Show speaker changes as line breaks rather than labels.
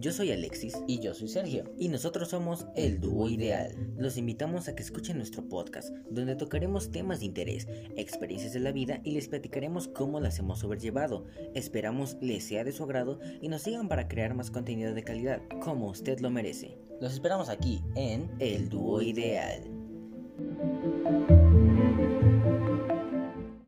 Yo soy Alexis
Y yo soy Sergio.
y nosotros somos el dúo ideal. Los invitamos a que escuchen nuestro podcast, donde tocaremos temas de interés, experiencias de la vida y les platicaremos cómo las hemos sobrellevado. Esperamos les sea de su agrado y nos sigan para crear más contenido de calidad, como usted lo merece.
Los esperamos aquí en
El dúo ideal.